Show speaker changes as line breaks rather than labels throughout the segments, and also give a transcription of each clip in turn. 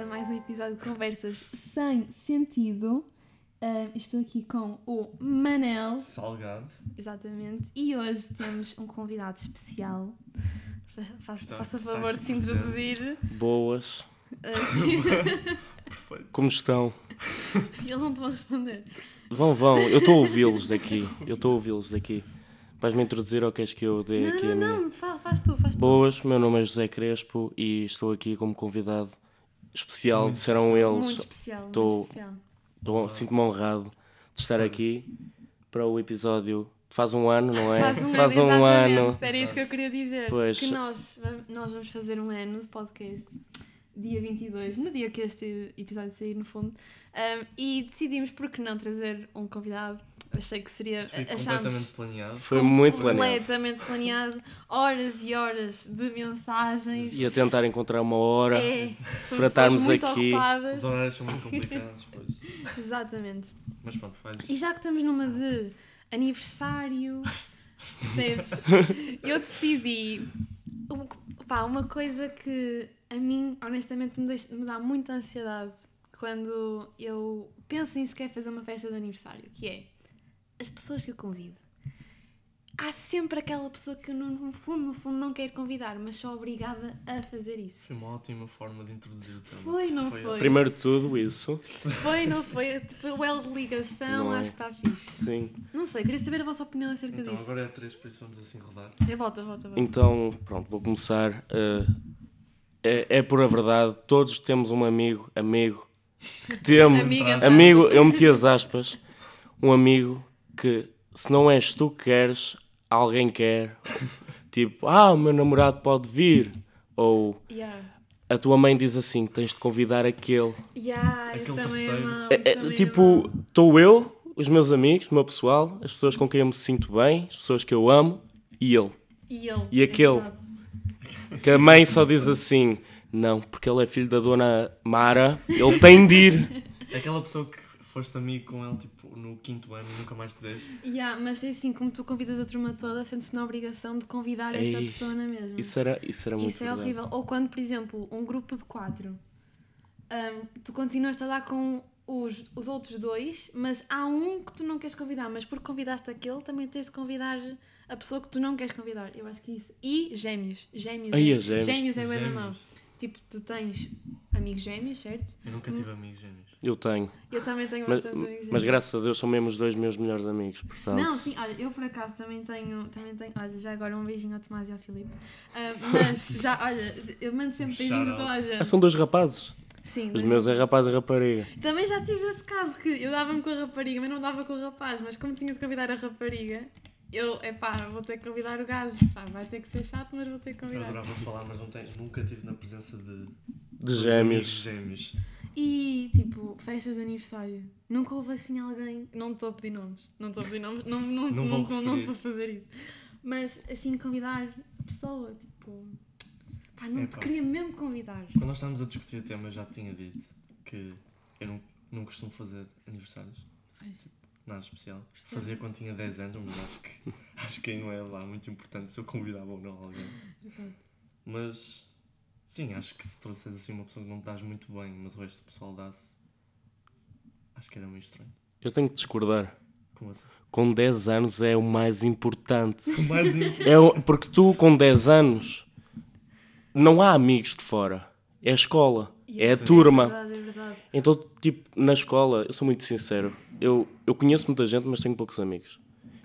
a mais um episódio de Conversas Sem Sentido. Ah, estou aqui com o Manel,
Salgado.
exatamente, e hoje temos um convidado especial. Fa- Faz,
Está-
faça
está
favor
aqui
de se
presente.
introduzir.
Boas,
Ah,
Assim. como estão?
Eles não te vão responder.
Vão, vão, eu estou a ouvi-los daqui, eu estou a ouvi-los daqui. Vais-me introduzir ou queres que eu dê
Não,
aqui
não,
a minha?
não, fa- faz tu, faz tu.
Boas, meu nome é José Crespo e estou aqui como convidado especial,
Muito
serão
Muito
eles.
especial,
tô-
muito especial.
Estou- Sinto-me honrado de estar aqui para o episódio. Faz um ano, não é?
Faz um ano, exatamente. Era isso que eu queria dizer.
Pois.
Que nós, vam- nós vamos fazer um ano de podcast, dia 22, no dia que este episódio sair, no fundo. Um, e decidimos, por que não trazer um convidado? Achei que seria.
Isto foi
achámos
completamente planeado.
Foi muito planeado.
completamente planeado. Horas e horas de mensagens.
E a tentar encontrar uma hora.
É, são
para estarmos
pessoas muito
aqui.
ocupadas.
Os horários são muito complicados, pois.
Exatamente.
Mas pronto, faz.
E já que estamos numa de aniversário, percebes? Eu decidi um- pá, uma coisa que a mim, honestamente, me, deixa, me dá muita ansiedade quando eu penso em sequer fazer uma festa de aniversário, que é as pessoas que eu convido. Há sempre aquela pessoa que eu, no, no fundo, no fundo, não quero convidar, mas sou obrigada a fazer isso.
Foi uma ótima forma de introduzir o tema.
Foi, não foi?
Primeiro de tudo, isso.
Foi, não foi? Foi o L de ligação,
Não é.
acho que está fixe.
Sim.
Não sei, queria saber a vossa opinião acerca
Então
disso.
agora é três, por isso vamos assim rodar.
É, volta, volta, volta.
Então, pronto, vou começar. eh, é, é pura verdade, todos temos um amigo, amigo, que temo.
Amigo, entre
amigo,
aspas.
eu meti as aspas. Um amigo que, se não és tu que queres, alguém quer. Tipo, ah, o meu namorado pode vir. Ou
Yeah.
a tua mãe diz assim: tens de convidar aquele.
Yeah,
Aquele
isso também é
terceiro.
mau.
É,
isso
é,
também é
tipo,
mau.
estou eu, os meus amigos, o meu pessoal, as pessoas com quem eu me sinto bem, as pessoas que eu amo, e ele.
E ele. é
e aquele. Que a mãe só diz assim: não, porque ele é filho da dona Mara, ele tem de ir.
Aquela pessoa que foste amigo com ele, tipo, no quinto ano e nunca mais te deste.
Yeah, mas é assim, como tu convidas a turma toda, sentes-te na obrigação de convidar essa
Ei,
pessoa na mesma.
Isso era, isso era muito
Isso é
verdade.
horrível. Ou quando, por exemplo, um grupo de quatro, hum, tu continuas a dar com os, os outros dois, mas há um que tu não queres convidar, mas porque convidaste aquele, também tens de convidar a pessoa que tu não queres convidar. Eu acho que é isso. E gêmeos. Gêmeos.
Ai,
é-
os gêmeos.
é bué da
Gêmeos.
mão. Tipo, tu tens amigos gêmeos, certo?
Eu nunca tive amigos gêmeos.
Eu tenho.
Eu também tenho
Mas,
bastantes amigos
mas
gêmeos.
graças a Deus são mesmo os dois meus melhores amigos, portanto.
Não, sim, olha, eu por acaso também tenho, também tenho, olha, já agora um beijinho ao Tomás e ao Filipe. Ah, mas já, olha, eu mando sempre
Um
beijinhos a toda a
shout-out.
Ah,
gente.
são dois rapazes.
Sim,
Os
mas-
meus é rapaz e rapariga.
Também já tive esse caso que eu dava-me com a rapariga, mas não dava com o rapaz, mas como tinha de convidar a rapariga, eu, é pá, vou ter que convidar o gajo. Pá, vai ter que ser chato, mas vou ter que
Eu
convidar.
adorava falar, mas não tens, nunca tive na presença de
De
dois
gêmeos.
amigos gêmeos.
E tipo, festas de aniversário. Nunca houve assim alguém. Não estou a pedir nomes. Não estou a pedir nomes. Não estou não,
Não
não, não,
vou
não
referir.
estou a fazer isso. Mas assim, convidar a pessoa, tipo. Pá, não te
Epá.
queria mesmo convidar.
Quando nós estávamos a discutir o tema, eu já tinha dito que eu não, não costumo fazer aniversários. Nada especial. Fazia quando tinha 10 anos, mas acho que, acho que aí não é lá muito importante se eu convidava ou não alguém.
Exato.
Mas sim, acho que se trouxeres assim uma pessoa que não te dás muito bem, mas o resto do pessoal dá-se. Acho que era meio estranho.
Eu tenho que discordar.
Como assim?
Com 10 anos é o mais importante.
O mais importante.
É o- porque tu, com 10 anos, não há amigos de fora. É a escola. É a
Sim.
É
turma.
verdade, é verdade.
Então, tipo, na escola, eu sou muito sincero, eu, eu conheço muita gente, mas tenho poucos amigos.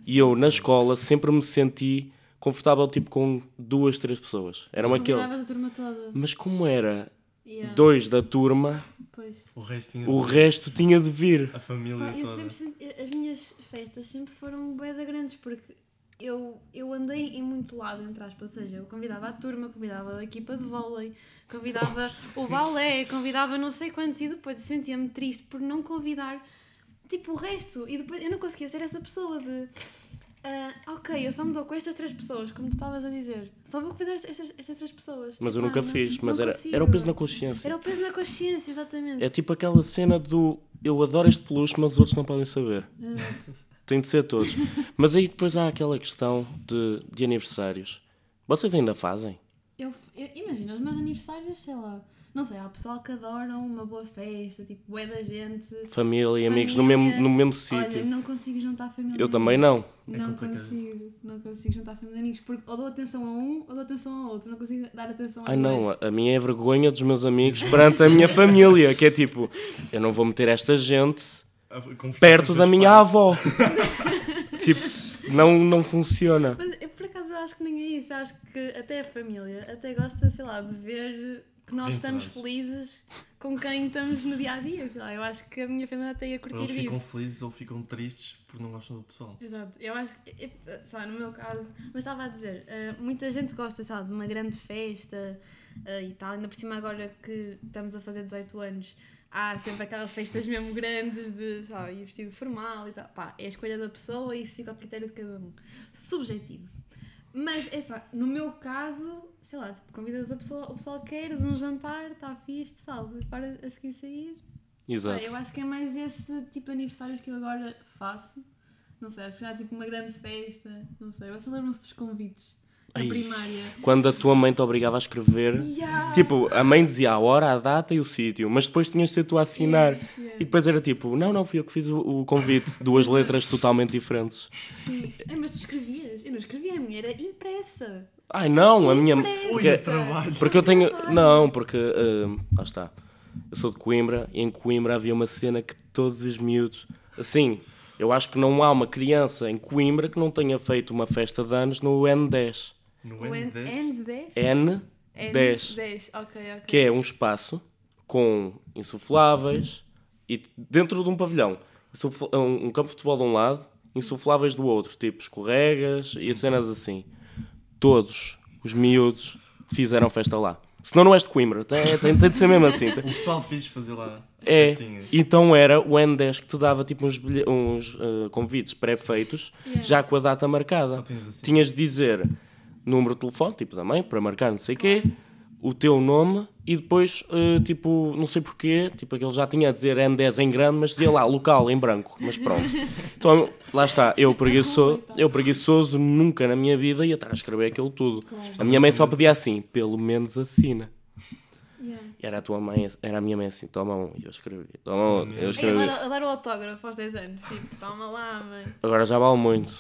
E eu, na escola, sempre me senti confortável, tipo, com duas, três pessoas. Eram aquele.
Convidavas a turma toda.
Mas como era
Yeah,
dois da turma,
Pois.
O resto tinha.
o resto tinha de vir.
A família
Pá, eu
toda.
sempre senti- eh, as minhas festas sempre foram bué da grandes porque eu, eu andei em muito lado, entre aspas, ou seja, eu convidava a turma, convidava a equipa de vôlei, convidava o balé, convidava não sei quantos e depois eu sentia-me triste por não convidar tipo o resto e depois eu não conseguia ser essa pessoa de ah, ok, eu só me dou com estas três pessoas, como tu estavas a dizer, só vou convidar estas, estas três pessoas.
Mas eu
Epá,
nunca
não-
fiz.
não
Mas era,
consigo.
era o peso na consciência.
Era o peso na consciência, exatamente.
É tipo aquela cena do eu adoro este peluche, mas os outros não podem saber.
Ah.
Tem de ser todos. Mas aí depois há aquela questão de, de aniversários. Vocês ainda fazem?
Eu, f- eu- imagina, os meus aniversários, sei lá, Não sei, há pessoal que adoram uma boa festa, tipo, bué da gente.
Família e amigos no
Família.
mesmo, no mesmo
Olha,
sítio.
não consigo juntar família.
Eu
de
também
amigos.
não.
É
não
complicado.
consigo, não consigo juntar família de amigos, porque ou dou atenção a um ou dou atenção ao outro, não consigo dar atenção aos
Ai não,
dois.
a, a minha é a vergonha dos meus amigos perante a minha família, que é tipo, eu não vou meter esta gente
A conversar com os
perto
teus
da minha
pais.
avó. tipo, não, não funciona.
Mas eu, por acaso eu acho que nem é isso, eu acho que até a família até gosta, sei lá, de ver que nós
Quem
estamos
traz.
felizes com quem estamos no dia a dia, sei lá, eu acho que a minha família até ia
Ou eles
curtir isso.
ficam felizes ou ficam tristes porque não gostam do pessoal.
Exato, eu acho que, eu- eu- sei lá, no meu caso, mas estava a dizer, eh, muita gente gosta, sei lá, de uma grande festa eh, e tal, ainda por cima agora que estamos a fazer 18 anos, há sempre aquelas festas mesmo grandes de, sei lá, e vestido formal e tal, pá, é a escolha da pessoa e isso fica ao critério de cada um. Subjetivo. Mas, é só, no meu caso, sei lá, tipo, convidas a pessoa, o pessoal queres um jantar, está fixe, pessoal, para a seguir sair, ah,
Exato.
eu acho que é mais esse tipo de aniversários que eu agora faço. Não sei, acho que já é tipo uma grande festa. Não sei, vocês lembram-se dos convites na
Ai.
primária.
Quando a tua mãe te obrigava a escrever,
Yeah.
tipo, a mãe dizia a hora, a data e o sítio, mas depois tinhas de ser tu a assinar. E depois era tipo, não, não, fui eu que fiz o, o convite, duas letras totalmente diferentes.
Sim. Ai, mas tu escrevias? Eu não escrevia, a minha era impressa.
Ai não, a minha.
Impressa.
Ui,
Porque-
trabalho.
Porque eu tenho.
Trabalho.
Não, porque. ah, lá está. Eu sou de Coimbra e em Coimbra havia uma cena que todos os miúdos. Assim, eu acho que não há uma criança em Coimbra que não tenha feito uma festa de anos no N10.
No
O N-
N10,
N10?
N10.
N10, ok, ok.
Que é um espaço com insufláveis e dentro de um pavilhão. insufla- Um, um campo de futebol de um lado, insufláveis do outro. Tipo escorregas e cenas assim. Todos os miúdos fizeram festa lá. Senão não és de Coimbra. Tem, tem- tem de ser mesmo assim. Tem-
o pessoal fixe fazer lá
É,
festinhas.
então era o N10 que te dava tipo uns, bilhe- uns, eh, convites pré-feitos,
Yeah.
já com a data marcada.
Só tinhas assim.
Tinhas de dizer número de telefone, tipo da mãe, para marcar não sei o quê, o teu nome e depois, eh, tipo, não sei porquê, tipo, aquele já tinha a dizer N10 em grande, mas dizia lá local em branco, mas pronto. Então, lá está, eu preguiçoso, eu preguiçoso nunca na minha vida ia estar a escrever aquilo tudo. A minha mãe só pedia assim, pelo menos assina. é-
Yeah.
Era a tua mãe, era a minha mãe assim, toma um, e eu escrevi, toma um, eu
Ei, eu
escrevi.
dar, eu dar o autógrafo aos 10 anos, tipo, toma lá, mãe.
Agora já vale muito.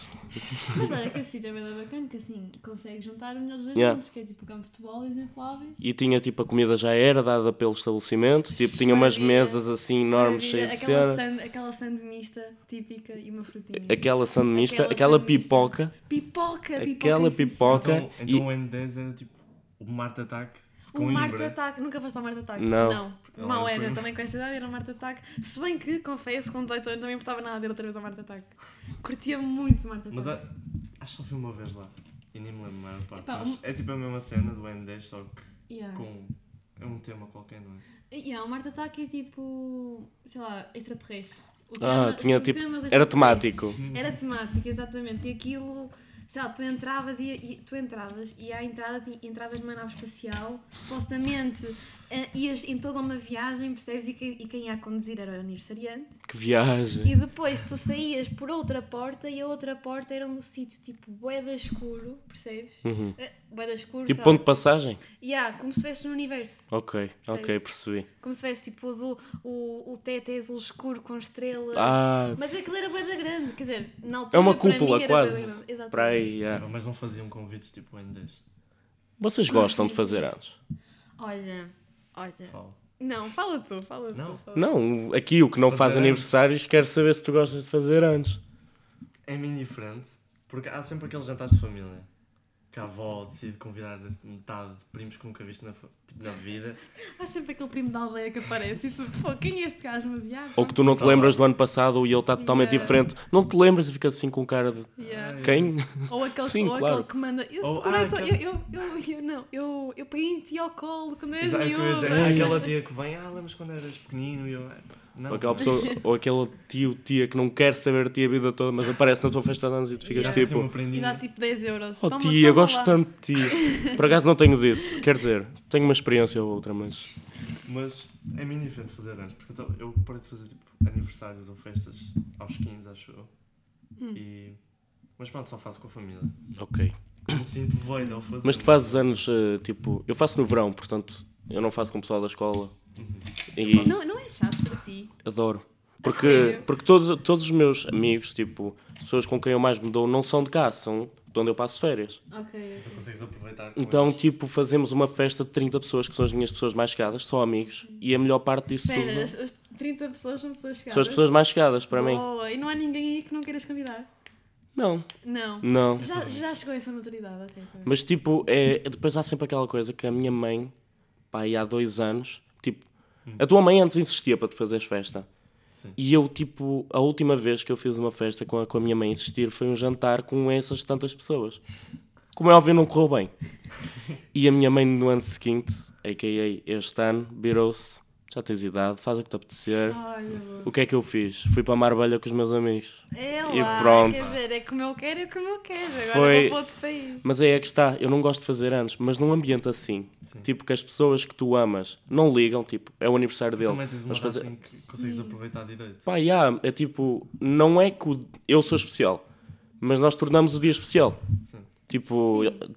Mas olha que assim também é bacana, que assim consegue juntar o melhor dos dois
Yeah.
mundos, que é tipo campo de futebol e os infláveis.
E tinha tipo, a comida já era dada pelo estabelecimento, tipo, tinha umas
Maravilha.
mesas assim enormes, cheias de
aquela,
cena.
sand, aquela sand mista típica e uma frutinha.
Aquela sandomista,
Aquela
aquela
sandomista.
pipoca,
Pipoca, pipoca.
aquela
sim, sim.
pipoca
Então, então o N10 era tipo o Marte Ataque com é
O Marte
Ibra.
Ataque, nunca foste ao Marte Ataque?
Não.
Não,
Não,
Mau
eu
era,
fui.
também com essa idade era o Marte Ataque. Se bem que, confesso, com 18 anos não me importava nada de ir outra vez ao Marte Ataque. Curtia muito o Marte Ataque.
Mas há- acho que só fui uma vez lá. E nem me lembro mais parte.
Epá,
mas É tipo a mesma cena do N10, só que
Yeah.
com. É um tema qualquer, não é?
Yeah, o Marte Ataque é tipo, sei lá, extraterrestre. O
Ah, tinha
o
tipo-
tema dos
era
extraterrestres.
temático.
Era temático, exatamente. E aquilo, sei lá, tu entravas e, e- tu entravas e à entrada ti- entravas numa nave espacial, supostamente eh, ias em toda uma viagem, percebes? E, que- e quem ia a conduzir era o aniversariante.
Que viagem!
E depois tu saías por outra porta e a outra porta era um sítio tipo boeda escuro, percebes?
Uhum.
Eh, Boeda escuro,
Tipo,
sei lá.
ponto de passagem?
Yeah, como se estivesse no universo.
Ok, ok,
Percebes?
percebi.
Como se tivesse tipo azul, o, o teto é azul escuro com estrelas.
Ah,
Mas aquilo era boeda grande, quer dizer, na
é
altura.
uma
para mim
cúpula
era bué da
quase.
grande. Exatamente.
Para aí, ah.
Mas não faziam convites tipo o N10.
Vocês gostam de fazer anos?
Olha, olha.
Fala.
Não, fala tu, fala tu.
Não.
fala.
Não, aqui o que não
Fazer
faz
anos.
aniversários quer saber se tu gostas de fazer anos.
É-me É indiferente, porque há sempre aqueles jantares de família. Que a avó decide convidar metade de primos que nunca viste na, fa- tipo, na vida.
Há sempre aquele primo da aldeia que aparece e tu, pô, quem é este gajo? Mas, yeah,
Ou que tu não te
Está lá.
lembras do ano passado e ele está totalmente
Yeah.
diferente. Não te lembras e ficas assim com cara de
yeah.
Ai,
quem?
Ou aquele,
Sim,
ou
claro.
aquele que manda. Eu,
Ou-
segurei
ah,
to-
aquele-
eu, eu, eu, eu não, eu, eu peguei em ti ao colo quando és
Exato, é o que eu ia
miúda.
dizer. Há aquela tia que vem, ah, lembras quando eras pequenino e eu. "Ah, Não,
Ou aquela
mas-
pessoa, ou aquele tio, tia que não quer saber de ti a vida toda, mas aparece na tua festa de anos e tu ficas
Já
Yeah.
disse uma
tipo,
E
prendinha.
dá tipo 10 euros.
oh
Toma-
tia,
toma
gosto
lá.
tanto de ti. Por acaso não tenho disso, quer dizer, tenho uma experiência ou outra, mas
Mas é-me indiferente fazer anos, porque eu, tô- eu parei de fazer tipo aniversários ou festas aos 15, acho eu.
Hum.
E... Mas pronto, só faço com a família.
ok.
me sinto void ao fazer.
Mas tu fazes anos, eh, tipo, eu faço no verão, portanto, eu não faço com o pessoal da escola. E
Não, não é chato para ti.
adoro. Porque,
sério?
porque todos, todos os meus amigos, tipo, pessoas com quem eu mais me dou, não são de cá, são de onde eu passo férias.
Ok,
Não consegues aproveitar. com
Então,
eles.
tipo, fazemos uma festa de 30 pessoas, que são as minhas pessoas mais chegadas, só amigos. E a melhor parte disso
Espera, as,
tudo
as 30 pessoas são pessoas chegadas. Oh.
são as pessoas mais chegadas para mim.
Boa, E não há ninguém aí que não queiras convidar.
Não,
Não.
não.
Já, já chegou essa maturidade até agora.
Mas tipo, é, depois há sempre aquela coisa que a minha mãe, pá, aí há dois anos, tipo, a tua mãe antes insistia para tu fazeres festa.
Sim.
E eu, tipo, a última vez que eu fiz uma festa com a, com a minha mãe insistir foi um jantar com essas tantas pessoas. Como é óbvio, não correu bem. E a minha mãe, no ano seguinte, a.k.a. este ano, virou-se: já tens idade, faz o que te apetecer.
Olha, boa.
O que é que eu fiz? Fui para a Marbella com os meus amigos.
É lá,
E pronto.
quer dizer, é como eu quero, é como eu quero. Agora
Foi-
vou para outro país.
Mas aí é que está, eu não gosto de fazer anos, mas num ambiente assim,
Sim.
tipo que as pessoas que tu amas não ligam, tipo, é o aniversário dele.
Também tens uma
Mas
data
fazer...
em que consegues aproveitar direito.
Pá, yeah, é tipo, não é que o- eu sou especial, mas nós tornamos o dia especial.
Sim.
Tipo,
Sim.
eu-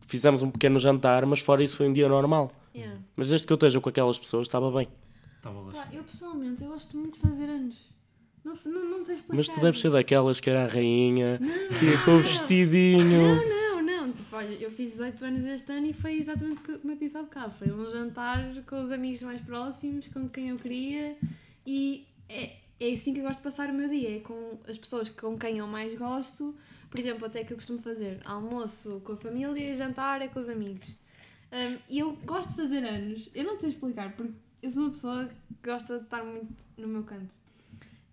fizemos um pequeno jantar, mas fora isso foi um dia normal.
Yeah.
Mas desde que eu esteja com aquelas pessoas, estava bem.
Tá bom,
Pá, eu pessoalmente eu gosto muito de fazer anos. Não, sei- não, não sei explicar.
Mas tu deves ser daquelas que era a rainha,
Não,
que ia com o
não.
vestidinho.
Não, não, não. Tipo, olha, eu fiz 18 anos este ano e foi exatamente co- como eu disse há bocado. Foi um jantar com os amigos mais próximos, com quem eu queria. E é, é assim que eu gosto de passar o meu dia. É com as pessoas com quem eu mais gosto. Por exemplo, até que eu costumo fazer almoço com a família e jantar é com os amigos. Hum, E eu gosto de fazer anos. Eu não sei explicar, porque eu sou uma pessoa que gosta de estar muito no meu canto.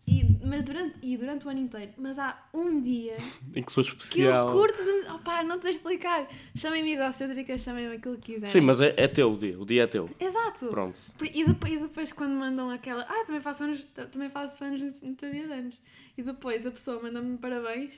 E, mas durante, e durante o ano inteiro, mas há um dia
Em que sou
que eu
especial.
curto de. Opá, não te sei explicar. Chamem-me egocêntrica, chamem-me aquilo que quiserem.
Sim, mas é, é teu o dia, o dia é teu.
Exato.
Pronto.
Por- E depois, e depois quando mandam aquela. Ah, também faço anos, ta- também faço anos no no teu dia de anos. E depois a pessoa manda-me parabéns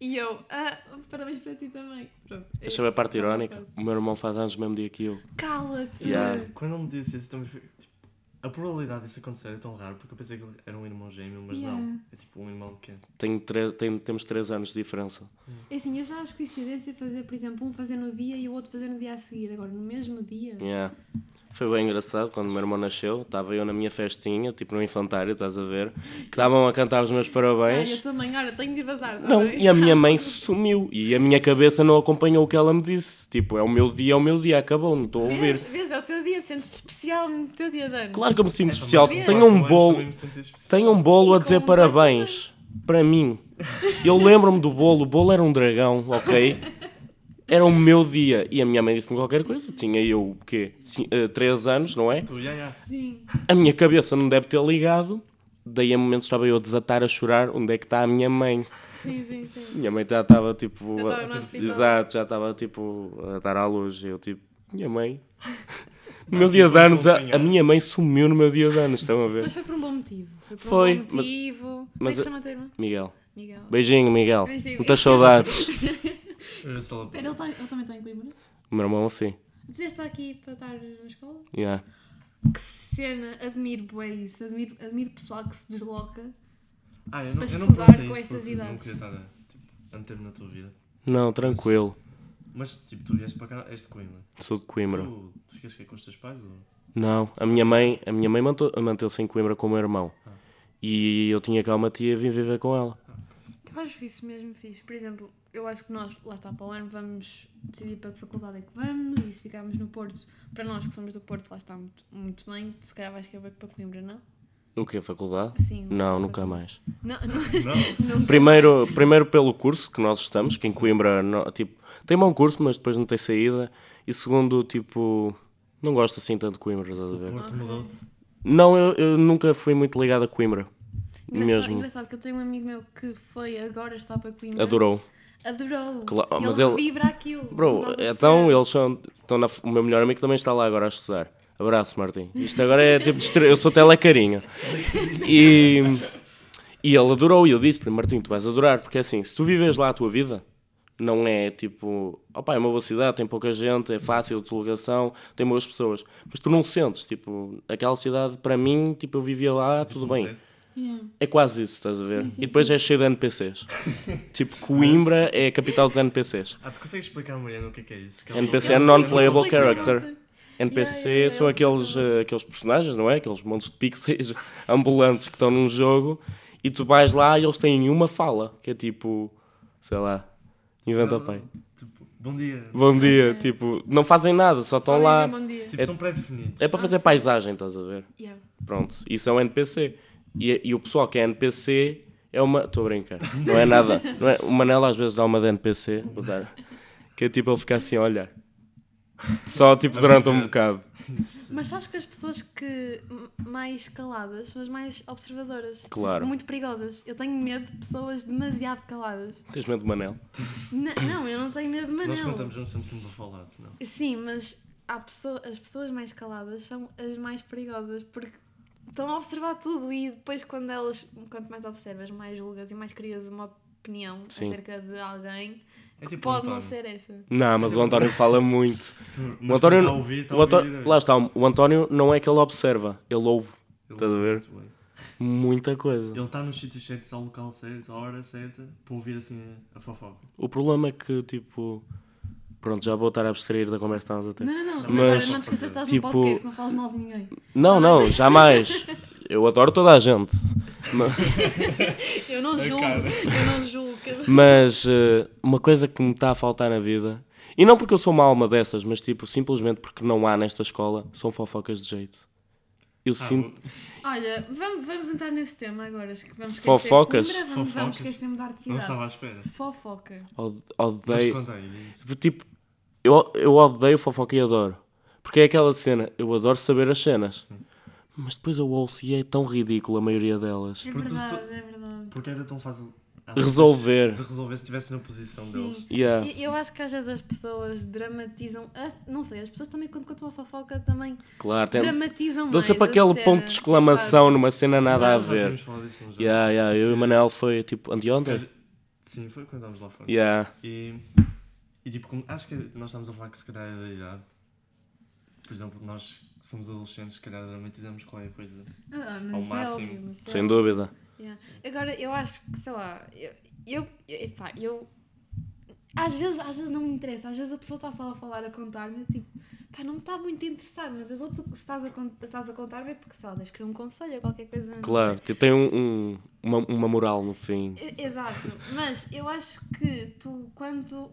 e eu. Ah, parabéns para ti também. Pronto.
Deixa eu ver a
Ah,
parte irónica. O meu irmão faz anos no mesmo dia que eu.
Cala-te.
Yeah.
Quando ele me disse isso, também foi. Tipo, a probabilidade disso acontecer é tão raro porque eu pensei que ele era um irmão gêmeo, mas não.
Yeah.
É tipo um irmão que é.
Tenho tre- tenho- temos 3 anos de diferença.
É assim, eu já acho coincidência fazer, por exemplo, um fazer no dia e o outro fazer no dia a seguir. Agora, no mesmo dia.
Yeah. Foi bem engraçado quando o meu irmão nasceu. Estava eu na minha festinha, tipo no infantário, estás a ver? Que estavam a cantar os meus
Ah, eu
parabéns.
também, olha, tenho de vazar. tá
Não,
bem?
e a minha mãe sumiu. E a minha cabeça não acompanhou o que ela me disse. Tipo, é o meu dia, é o meu dia, acabou, não estou a ouvir.
Vês, vês, é o teu dia, sentes-te especial no teu dia de anos.
Claro que eu me sinto
É,
especial.
também-
Tenho um
também
bolo.
me senti especial.
Tem um bolo
E
a dizer
com
parabéns para mim. Eu lembro-me do bolo, o bolo era um dragão, ok? Era o meu dia. E a minha mãe disse-me qualquer coisa. Tinha eu o quê? 3 anos, não é?
Tu, yeah, yeah.
Sim.
A minha cabeça não deve ter ligado. Daí a momentos estava eu a desatar a chorar. Onde é que está a minha mãe?
Sim, sim, sim.
Minha mãe já estava tipo.
Já
a-
estava no hospital.
exato, já estava tipo a dar à luz. Eu tipo, minha mãe. No meu dia de anos, a, a minha mãe sumiu no meu dia de anos, estão a ver?
Mas foi por um bom motivo. Foi por
Foi,
um
mas-
bom motivo. Como é
mas
que se
a-
chama a tua irmã?
Miguel.
Miguel. é
Beijinho, Miguel.
Beijinho.
Muitas saudades.
Eu sei lá,
Espera, ele, tá, ele também está em Coimbra?
O meu irmão, sim.
Tu vieste para aqui para estar na escola?
Yeah.
Que cena, admiro bem isso. Admiro, admiro pessoal que se desloca.
Ah, eu não,
Para
eu não
estudar
perguntei
com
isto
estas
porque Não
idades.
queria estar a, tipo, a meter-me na tua vida.
Não, tranquilo.
Mas, tipo, tu vieste para cá, és de Coimbra.
Sou de Coimbra.
Tu, tu ficas aqui com os teus pais? Ou...
Não, a minha mãe, a minha mãe manto- manteve-se em Coimbra com o meu irmão. E eu tinha cá uma tia e vim viver com ela.
Eu acho isso mesmo fixe. Por exemplo, eu acho que nós, lá está, para o ano vamos decidir para que faculdade é que vamos e se ficarmos no Porto, para nós que somos do Porto, lá está muito, muito bem. Tu se calhar vais querer para Coimbra, não? Assim,
O quê? Faculdade?
Sim.
Não, nunca mais.
assim. Não, não.
Não.
Nunca.
Primeiro, primeiro pelo curso que nós estamos, que em Coimbra, no- tipo, tem bom curso, mas depois não tem saída. E segundo, tipo, não gosto assim tanto de Coimbra, estás a ver?
Porto mudou-te.
Não, eu, eu nunca fui muito ligado a Coimbra.
Engraçado, né?
Mesmo.
engraçado que eu tenho um amigo meu que foi agora estar para Coimbra.
Adorou.
Adorou.
Claro,
ele
mas ele-
vibra aquilo.
Bro,
Não dá
então
para
eles são. Estão na, o meu melhor amigo também está lá agora a estudar. Abraço, Martim. Isto agora é tipo. de estre- Eu sou telecarinho. E. E ele adorou, e eu disse-lhe, Martim, tu vais adorar, porque assim, se tu vives lá a tua vida, não é tipo, opá, é uma boa cidade, tem pouca gente, é fácil de deslocação, tem boas pessoas, mas tu não sentes, tipo, aquela cidade, para mim, tipo, eu vivia lá, tudo bem.
Certo?
Yeah.
É quase isso, estás a ver?
Sim, sim,
e depois
sim.
é cheio de NPCs. tipo, Coimbra é a capital dos NPCs.
Ah, tu consegues explicar, Mariana, o que é que é isso? Que ela
NPC
não
é
conhece,
non-playable
ela não sabe.
character. NPC
Yeah, yeah,
são
eu sei
aqueles,
também.
eh, aqueles personagens, não é? Aqueles montes de pixels ambulantes que estão num jogo e tu vais lá e eles têm uma fala, que é tipo, sei lá, inventa
Ah.
pai.
Tipo, bom dia.
Bom
É.
dia, tipo, não fazem nada, só estão Então lá.
Tipo, são pré-definidos.
É para fazer paisagem, estás a ver?
Yeah.
Pronto, isso é um NPC. E, e o pessoal que é NPC é uma. Estou a brincar, não é nada. Não é... O Manel às vezes dá uma de NPC, vou dar, que é tipo ele fica assim a olhar. Só tipo durante um bocado.
Mas sabes que as pessoas que m- mais caladas são as mais observadoras.
Claro.
Muito perigosas. Eu tenho medo de pessoas demasiado caladas.
Tens medo do Manel?
N- não, eu não tenho medo de
Nós
Manel.
contamos um sempre para falar, senão.
Sim, mas há pessoa, as pessoas mais caladas são as mais perigosas porque estão a observar tudo e depois quando elas, quanto mais observas, mais julgas e mais crias uma opinião
Sim.
acerca de alguém
É tipo
pode
o
não
António.
ser essa.
Não, mas o António fala muito.
Tu- mas
O António,
quando está a ouvir, está a
o António-
ouvir. é.
lá está, o António não é que ele observa, ele ouve
Ele-
estás tá a ver?
muito bem.
muita coisa.
Ele está nos sítios certos, ao local certo, à hora certa, para ouvir assim a, a fofoca.
O problema é que, tipo, pronto, já vou estar a abstrair da conversa que estávamos a ter.
Não, não, não.
Mas,
Agora não te esqueças que estás
tipo-
no podcast, não falas mal de ninguém.
Não, não, jamais. Eu adoro toda a gente. Ma-
Eu não julgo,
cara.
eu não julgo. cada-
Mas eh, uma coisa que me está a faltar na vida, e não porque eu sou uma alma dessas, mas tipo, simplesmente porque não há nesta escola, são fofocas de jeito. Eu
Ah,
sinto.
Olha, vamos, vamos entrar nesse tema agora. Acho que vamos esquecer
Fofocas.
Coimbra, vamos, vamos
Fofocas.
esquecer mudar de
não
cidade. É
estava à espera.
Fofoca.
ode-
Mas
Odeio.
conta aí, diz.
Tipo, eu, eu odeio fofoca e adoro. Porque é aquela cena, eu adoro saber as cenas.
Sim.
Mas depois eu ouço e é tão ridículo a maioria delas.
É
Porque tu-
verdade, é verdade.
Porque era tão fácil às vezes,
Resolver.
de resolver se estivesse na posição deles.
Sim.
Yeah.
E- Eu acho que às vezes as pessoas dramatizam. as- Não sei, as pessoas também, quando contam uma fofoca, também
Claro, tem. um
dramatizam
Dou
mais.
sempre
a
aquele
cena,
ponto de exclamação numa cena nada a
Já
ver.
tínhamos falado disso, não já?
Yeah, yeah, eu e o Manel foi tipo anteontem.
Porque- Sim, foi quando estávamos lá fora.
Yeah.
E, e tipo, como- acho que nós estamos a falar que se calhar é da idade. Por exemplo, nós que somos adolescentes, se calhar dramatizamos qualquer coisa.
sabes? Ah, mas
Ao
é
máximo.
óbvio, mas é
Sem dúvida.
Yeah. Agora, eu acho que, sei lá, eu, eu, epá, eu às vezes, às vezes não me interessa, às vezes a pessoa está só a falar, a contar-me, tipo, pá, não me está muito interessado, mas eu vou-te, se estás a, con- se estás a contar-me é porque, sei lá, deixa querer um conselho ou qualquer coisa.
Claro, tipo, tem um, um- uma, uma moral no fim.
E- Exato, mas eu acho que tu quando,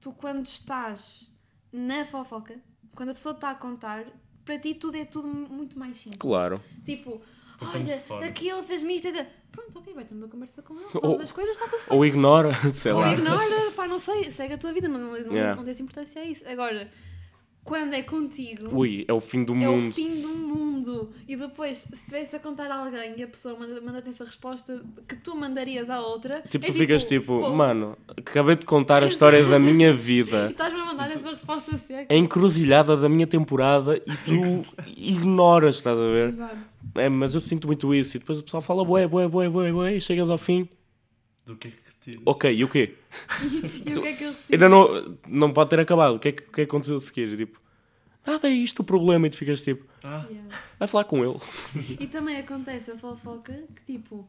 tu quando estás na fofoca, quando a pessoa está a contar, para ti tudo é tudo muito mais simples.
Claro.
Tipo,
Porque estamos de
olha,
fora.
aquele fez-me isto, e pronto, ok, vai ter uma conversa com ele,
Ou-
resolves as coisas, está tudo feito.
Ou ignora, sei
Ou
lá.
ignora, pá, não sei, segue a tua vida, não, não,
Yeah.
não dês importância a isso. Agora, quando é contigo,
Ui, é o fim do
é o
mundo.
fim do mundo. E depois, se estivesse a contar a alguém e a pessoa manda- manda-te essa resposta que tu mandarias à outra,
Tipo,
é
tu ficas tipo,
fogo.
mano, acabei de contar a história da minha vida.
Estás-me a mandar essa resposta seca.
a encruzilhada da minha temporada e tu ignoras, estás a ver?
Exato.
É, mas eu sinto muito isso. E depois o pessoal fala, bué, bué, bué, bué, bué, e chegas ao fim.
Do que é que tiras.
Ok, e o quê?
E o que é que eu retiro?
Ainda não, não pode ter acabado. O que é que, o que é que aconteceu a seguir? E, Tipo, nada é isto o problema. E tu ficas tipo,
Ah,
Yeah.
vai falar com ele.
E também acontece a fofoca que tipo.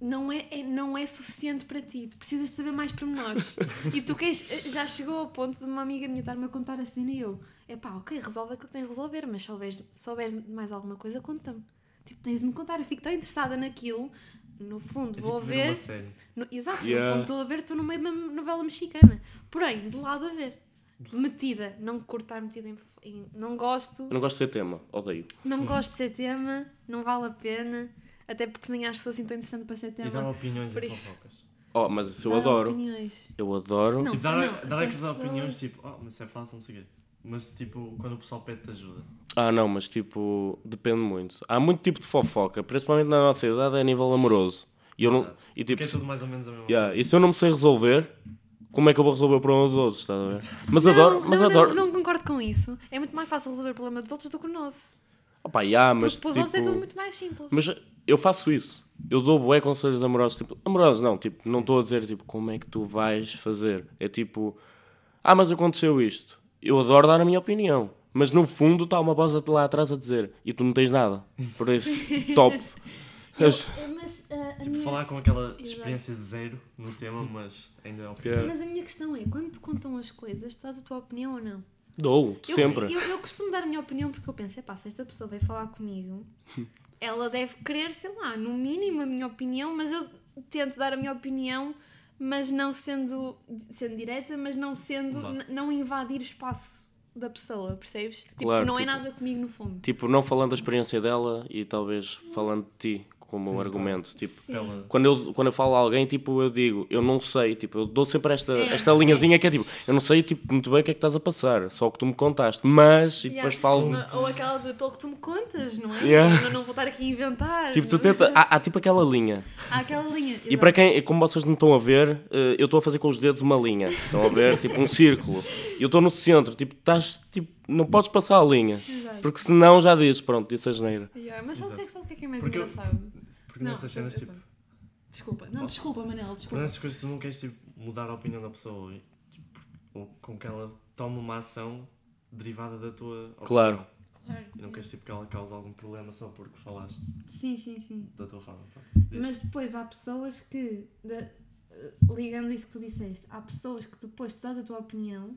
Não é, é- não é suficiente para ti, tu precisas de saber mais pormenores. e tu queres, já chegou ao ponto de uma amiga minha estar-me a contar a cena e eu, é pá, ok, resolve aquilo que tens de resolver, mas se souberes, souberes de mais alguma coisa, conta-me. Tipo, tens de me contar, eu fico tão interessada naquilo, no fundo,
é
vou
tipo ver
ver.
uma série.
No- exato,
Yeah.
no fundo estou a ver, estou no meio de uma novela mexicana. Porém, de lado a ver. Metida. Não curto estar metida em, fofo- em- Não gosto.
Eu não gosto de ser tema, odeio.
Não gosto de ser tema. Não vale a pena. Até porque nem acho que sou assim tão interessante para ser
E dar
tema.
opiniões
Por
e
isso.
fofocas.
Oh, mas isso eu
Dar
adoro.
opiniões.
Eu adoro.
Ah, Não.
Tipo, dar,
se
dar
se
aquelas
as pessoas-
opiniões tipo, oh, mas isso é fácil, não sei o quê. Mas tipo, quando o pessoal pede-te ajuda.
Ah, não, mas tipo, depende muito. Há muito tipo de fofoca, principalmente na nossa idade, é a nível amoroso. E eu não.
Exato.
E tipo,
Porque é tudo mais ou menos a mesma
Yeah, e se eu não me sei resolver, como é que eu vou resolver o problema dos outros? Estás a ver? Mas adoro,
Não,
mas
não,
adoro.
Não, não concordo com isso. É muito mais fácil resolver o problema dos outros do que o nosso.
Opa, yeah, mas,
porque para os outros é
tipo,
tudo muito mais simples.
mas eu faço isso. Eu dou bué conselhos amorosos, tipo, amorosos não, tipo, não estou a dizer, tipo, como é que tu vais fazer? É tipo, ah, mas aconteceu isto. Eu adoro dar a minha opinião, mas no fundo está uma voz lá atrás a dizer, e tu não tens nada. Por isso, top. As-
Eu- mas
eh,
ah, a
Tipo,
minha-
falar com aquela
Exato.
experiência zero no tema, mas ainda é ao
Yeah.
Mas a minha questão é, quando te contam as coisas, tu dás a tua opinião ou não?
Dou,
Eu-
sempre.
Eu, eu costumo dar a minha opinião porque eu penso, epá, se esta pessoa veio falar comigo, ela deve querer, sei lá, no mínimo a minha opinião, mas eu tento dar a minha opinião, mas não sendo, sendo direta, mas não sendo,
Claro.
n- não invadir o espaço da pessoa, percebes? Tipo,
Claro,
não é
tipo-
nada comigo no fundo.
Tipo, não falando da experiência dela e talvez falando de ti como
Sim,
um
claro.
argumento. Tipo,
Sim.
pela.
quando eu, quando eu falo a alguém, tipo, eu digo, eu não sei, tipo, eu dou sempre esta,
É.
esta linhazinha que é tipo, eu não sei, tipo, muito bem o que é que estás a passar, só o que tu me contaste, mas, e depois
Yeah.
falo,
Ou- Ou aquela de pelo que tu me contas, não é?
Yeah.
Eu não vou estar aqui a inventar. é?"
tipo, tu tenta, há, há tipo aquela linha.
Há aquela linha.
E para quem, como vocês não estão a ver, eh, eu estou a fazer com os dedos uma linha, estão a ver, tipo, um círculo. Eu estou no centro, tipo, estás, tipo, não podes passar a linha,
Exato.
porque senão já dizes, pronto, disse a geneira.
Yeah, mas sabes o que é que- sabes o que é que é mais
Porque eu-
engraçado?
Porque nessas cenas,
eu- eu-
tipo,
Desculpa, não, desculpa, Manel,
por
desculpa.
nessas coisas tu não queres tipo, mudar a opinião da pessoa e, tipo, ou com que ela tome uma ação derivada da tua opinião.
Claro.
E não queres tipo, que ela cause algum problema só porque falaste
Sim, sim, sim.
da tua forma. pá. Diz.
Mas depois há pessoas que, da- eh, ligando isso que tu disseste, há pessoas que depois tu dás a tua opinião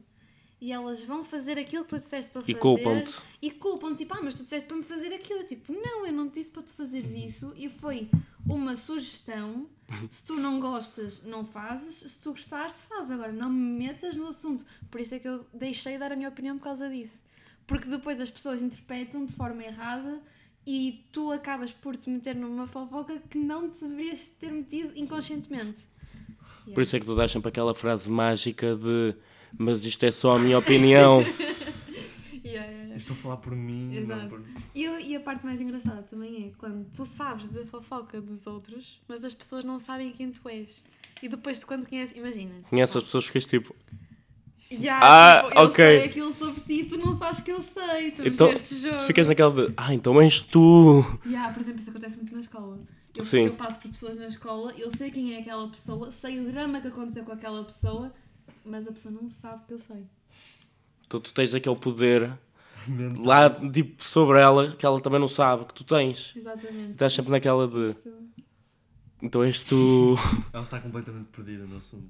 e elas vão fazer aquilo que tu disseste para
E
fazer.
culpam-te.
E culpam-te, tipo, ah, mas tu disseste para me fazer aquilo. Eu, Tipo, não, eu não te disse para tu fazeres isso e foi uma sugestão. Se tu não gostas, não fazes. Se tu gostaste, fazes. Agora, não me metas no assunto. Por isso é que eu deixei de dar a minha opinião por causa disso. Porque depois as pessoas interpretam de forma errada e tu acabas por te meter numa fofoca que não te deverias ter metido inconscientemente.
Por isso é que tu dás sempre aquela frase mágica de, mas isto é só a minha opinião.
Yeah, yeah, yeah.
Estou a falar por mim,
Exato.
não por.
E, eu- e a parte mais engraçada também é quando tu sabes da fofoca dos outros, mas as pessoas não sabem quem tu és. E depois de quando conheces, imagina.
Conheces as pessoas que ficas tipo,
Ya,
Ah,
tipo, eu
ok.
sei aquilo sobre ti e tu não sabes que eu sei. Estamos
Então,
neste jogo.
tu ficas naquela de, ah, então és tu.
Ya, por exemplo, isso acontece muito na escola. Eu,
Sim.
eu passo por pessoas na escola, eu sei quem é aquela pessoa, sei o drama que aconteceu com aquela pessoa, mas a pessoa não sabe que eu sei.
Tu, tu tens aquele poder
Mesmo.
lá, tipo, sobre ela, que ela também não sabe, que tu tens.
Exatamente.
Estás sempre naquela de,
Isso.
então és tu.
Ela está completamente perdida no assunto.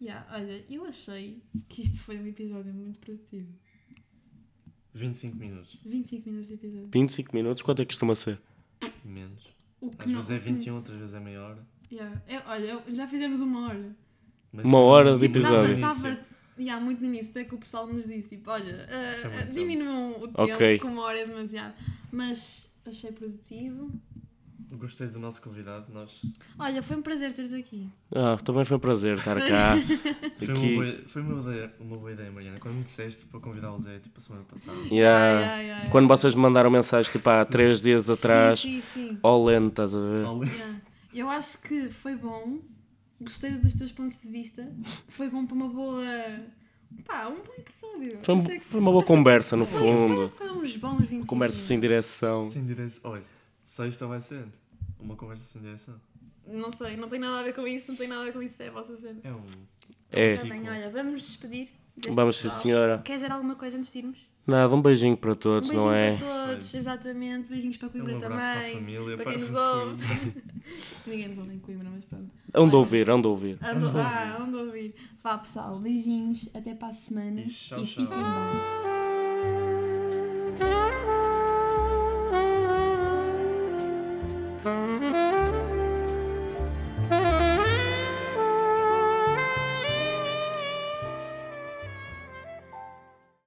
Ya, olha, eu achei que isto foi um episódio muito produtivo.
25 minutos,
25 minutos de episódio.
25 minutos, quanto é que costuma ser?
menos.
O que
Às
não-
vezes é 21, outras vezes é meia hora.
Yeah. Eu- olha, eu- já fizemos uma hora.
Mas
Uma
foi
hora de
muito no
episódio.
início.
Estava yeah, muito no início, até que o pessoal nos disse, tipo, olha,
Isso é
ah,
muito
diminuam o tempo,
Ok.
porque uma hora é demasiado. Mas achei produtivo.
Gostei do nosso convidado, nós.
Olha, foi um prazer teres aqui.
Ah, também foi um prazer estar cá.
Foi, uma
Aqui.
boa, foi uma, boa ideia, uma boa ideia, Mariana. Quando me disseste para convidar o Zé, tipo, a semana passada.
Yeah.
Ai, ai, ai.
Quando vocês me mandaram mensagem, tipo, há 3 dias atrás,
Sim, sim,
Olen, estás a ver?
Ali-
sim. Yeah. Eu acho que foi bom. Gostei dos teus pontos de vista. Foi bom para uma boa. Pá, um bom episódio.
Foi, um-
Achei que-
foi uma boa conversa, no
Foi- um
fundo.
Foi, foi uns bons 25
Conversa
minutos.
sem direção.
Sem direção. Olha, sexta vai ser uma conversa sem direção.
Não sei, não tem nada a ver com isso, não tem nada a ver com isso, é a vossa cena.
É um.
É.
Tá bem, olha, vamos nos despedir. deste
Vamos, sim,
pessoal.
senhora.
Quer dizer alguma coisa antes de irmos?
Nada, um beijinho para todos,
Um beijinho
não é?
para todos,
Pois.
exatamente. Beijinhos para
É
Coimbra
um abraço para a
também.
família,
Para,
para
quem nos ouve. Ninguém nos ouve em Coimbra, mas pronto.
Hão de ouvir, hão de ouvir.
Ando,
Ando a
ah, ando a ouvir. Vá, pessoal. Beijinhos. Até para a semana.
E tchau,
e fiquem
tchau.
bem.
Thank you.